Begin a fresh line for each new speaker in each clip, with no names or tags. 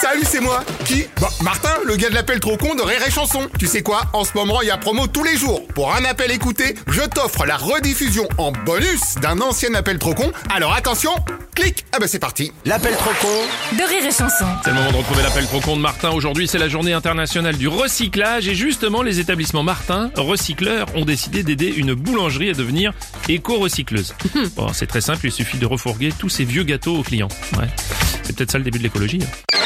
Salut, c'est moi. Qui Bah, Martin, le gars de l'appel trop con de Rire et Chanson. Tu sais quoi En ce moment, il y a promo tous les jours. Pour un appel écouté, je t'offre la rediffusion en bonus d'un ancien appel trop con. Alors attention, clique. Ah bah c'est parti.
L'appel trop con
de rire et chanson.
C'est le moment de retrouver l'appel trop con de Martin. Aujourd'hui, c'est la journée internationale du recyclage et justement, les établissements Martin, recycleurs, ont décidé d'aider une boulangerie à devenir éco-recycleuse. Bon, c'est très simple, il suffit de refourguer tous ces vieux gâteaux aux clients. Ouais. C'est peut-être ça le début de l'écologie. hein.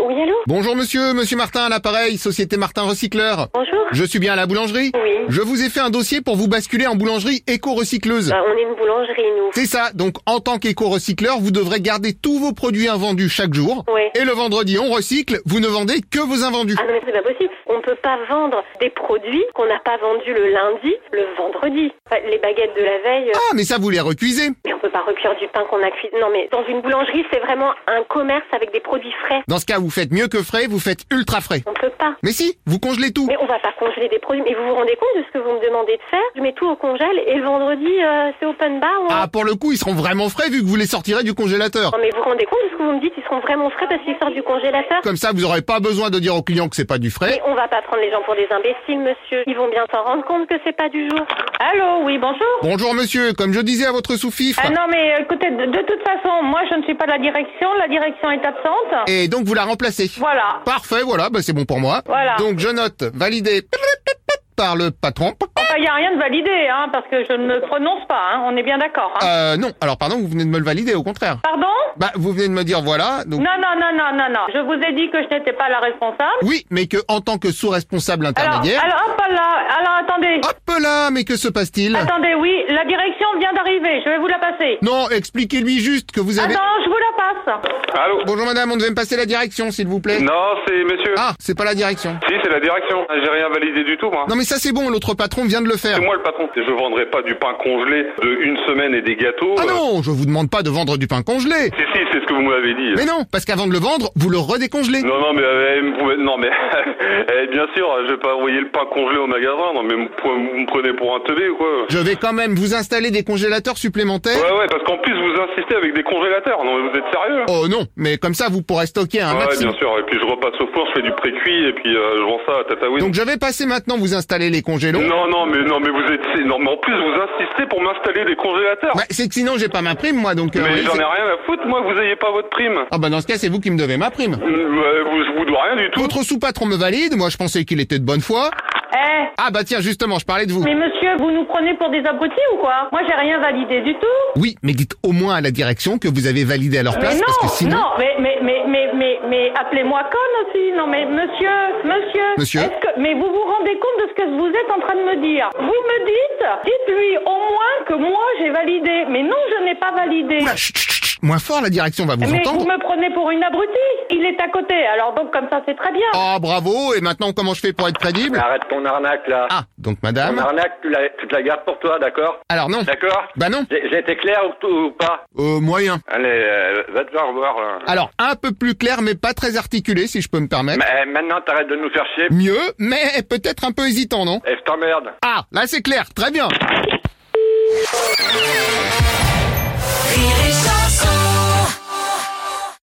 Oui, allô
Bonjour monsieur, monsieur Martin à l'appareil, Société Martin Recycleur.
Bonjour Euh,
Je suis bien à la boulangerie
Oui.
Je vous ai fait un dossier pour vous basculer en boulangerie éco-recycleuse.
Bah, On est une boulangerie, nous.
C'est ça, donc en tant qu'éco-recycleur, vous devrez garder tous vos produits invendus chaque jour.
Ouais.
Et le vendredi, on recycle, vous ne vendez que vos invendus.
Ah non, mais c'est pas possible. On peut pas vendre des produits qu'on n'a pas vendus le lundi, le vendredi. Enfin, les baguettes de la veille, euh,
Ah, mais ça vous les recuisez.
mais on peut pas recuire du pain qu'on a cuit. Non, mais dans une boulangerie, c'est vraiment un commerce avec des produits frais.
Dans ce cas, vous faites mieux que frais, vous faites ultra frais.
On peut pas.
Mais si, vous congelez tout.
Mais on va pas congeler des produits. Mais vous vous rendez compte de ce que vous me demandez de faire Je mets tout au congèle et le vendredi, euh, c'est open bar. on-
Ah, pour le coup, ils seront vraiment frais vu que vous les sortirez du congélateur.
Non, mais vous vous rendez compte de ce que vous me dites Ils seront vraiment frais parce qu'ils sortent du congélateur
Comme ça, vous n'aurez pas besoin de dire aux clients que c'est pas du
Mais
frais.
on va pas prendre les gens pour des imbéciles, monsieur. Ils vont bien s'en rendre compte que c'est pas du jour. Allô, oui, bonjour.
Bonjour monsieur, comme je disais à votre sous-fifre.
Ah non, mais écoutez, de, de toute façon, moi je ne suis pas de la direction, la direction est absente.
Et donc vous la remplacez.
Voilà.
Parfait, voilà, bah c'est bon pour moi.
Voilà.
Donc je note, validé par le patron.
Enfin, il n'y a rien de validé, hein, parce que je ne me prononce pas, hein, on est bien d'accord. Hein.
Euh, non, alors pardon, vous venez de me le valider, au contraire.
Pardon
Bah, vous venez de me dire voilà, donc...
Non, non, non, non, non, non. Je vous ai dit que je n'étais pas la responsable.
Oui, mais que en tant que sous-responsable
Alors,
intermédiaire...
alors, hop là, alors attendez.
Hop là, mais que se passe-t-il
Attendez, oui, la direction vient d'arriver, je vais vous la passer.
Non, expliquez-lui juste que vous avez...
Attends, je vous la passe.
Allô
Bonjour madame, on devait me passer la direction, s'il vous plaît.
Non, c'est monsieur.
Ah, c'est pas la direction.
Si, c'est la direction. J'ai rien validé du tout, moi.
Non mais ça c'est bon, l'autre patron vient de le faire.
C'est moi le patron. Je vendrai pas du pain congelé de une semaine et des gâteaux.
Ah
euh.
non, je vous demande pas de vendre du pain congelé.
Si, si, c'est ce que vous m'avez dit.
Mais non, parce qu'avant de le vendre, vous le redécongelez.
Non, non, mais euh, eh, vous pouvez- non, mais eh, bien sûr, je vais pas envoyer le pain congelé au magasin. Non, mais vous pouvez- vous me prenez pour un teubé ou quoi
Je vais quand même vous installer des congélateurs supplémentaires.
Ouais, ouais, parce qu'en plus vous insistez avec des congélateurs. Non, mais vous êtes sérieux
Oh non, mais comme ça vous pourrez stocker un
Ouais,
maximum.
bien sûr. Et puis je repasse au four, je fais du pré-cuit et puis euh, je vends ça à Tataouine.
Donc je vais passer maintenant vous installer les congélos.
Non, non, mais non, mais vous êtes, c'est- non, mais en plus vous insistez pour m'installer des congélateurs.
Bah, c'est que sinon j'ai pas ma prime moi donc. euh,
mais
oui,
j'en
c'est-
ai rien à foutre, moi. Vous ayez pas votre prime.
Ah bah dans ce cas c'est vous qui me devez ma prime.
Mm, euh, vous, je vous dois rien du tout.
Votre sous-patron me valide, moi je pensais qu'il était de bonne foi.
Eh,
Ah bah tiens justement je parlais de vous.
mais monsieur, vous nous prenez pour des abrutis ou quoi Moi j'ai rien validé du tout.
Oui, mais dites au moins à la direction que vous avez validé à leur
Mais
place
Euh, non,
parce que sinon.
non, mais mais mais mais mais, mais appelez-moi con aussi. Non mais monsieur, monsieur.
Monsieur.
Est-ce que mais vous vous rendez compte de ce que vous êtes en train de me dire Vous me dites, dites-lui au moins que moi j'ai validé. Mais non, je n'ai pas validé.
Oula, chut, chut, chut, moins fort la direction va vous
mais
entendre.
vous me prenez pour une abrutie. Il est à côté. Alors donc comme ça c'est très bien.
Ah bravo et maintenant comment je fais pour être
Mais
crédible
Arrête ton arnaque là.
Ah donc
Ton
madame.
arnaque, tu la, tu te la gardes pour toi, d'accord
Alors non.
D'accord
Bah non.
J'ai j'ai été clair ou, ou pas
Euh, moyen.
Allez, euh, va te faire voir. là.
Alors, un peu plus clair, mais pas très articulé, si je peux me permettre.
Mais, euh, maintenant, t'arrêtes de nous faire chier. eh,
Mieux, mais peut-être un peu hésitant, non
Et je t'emmerde.
Ah, là c'est clair, très bien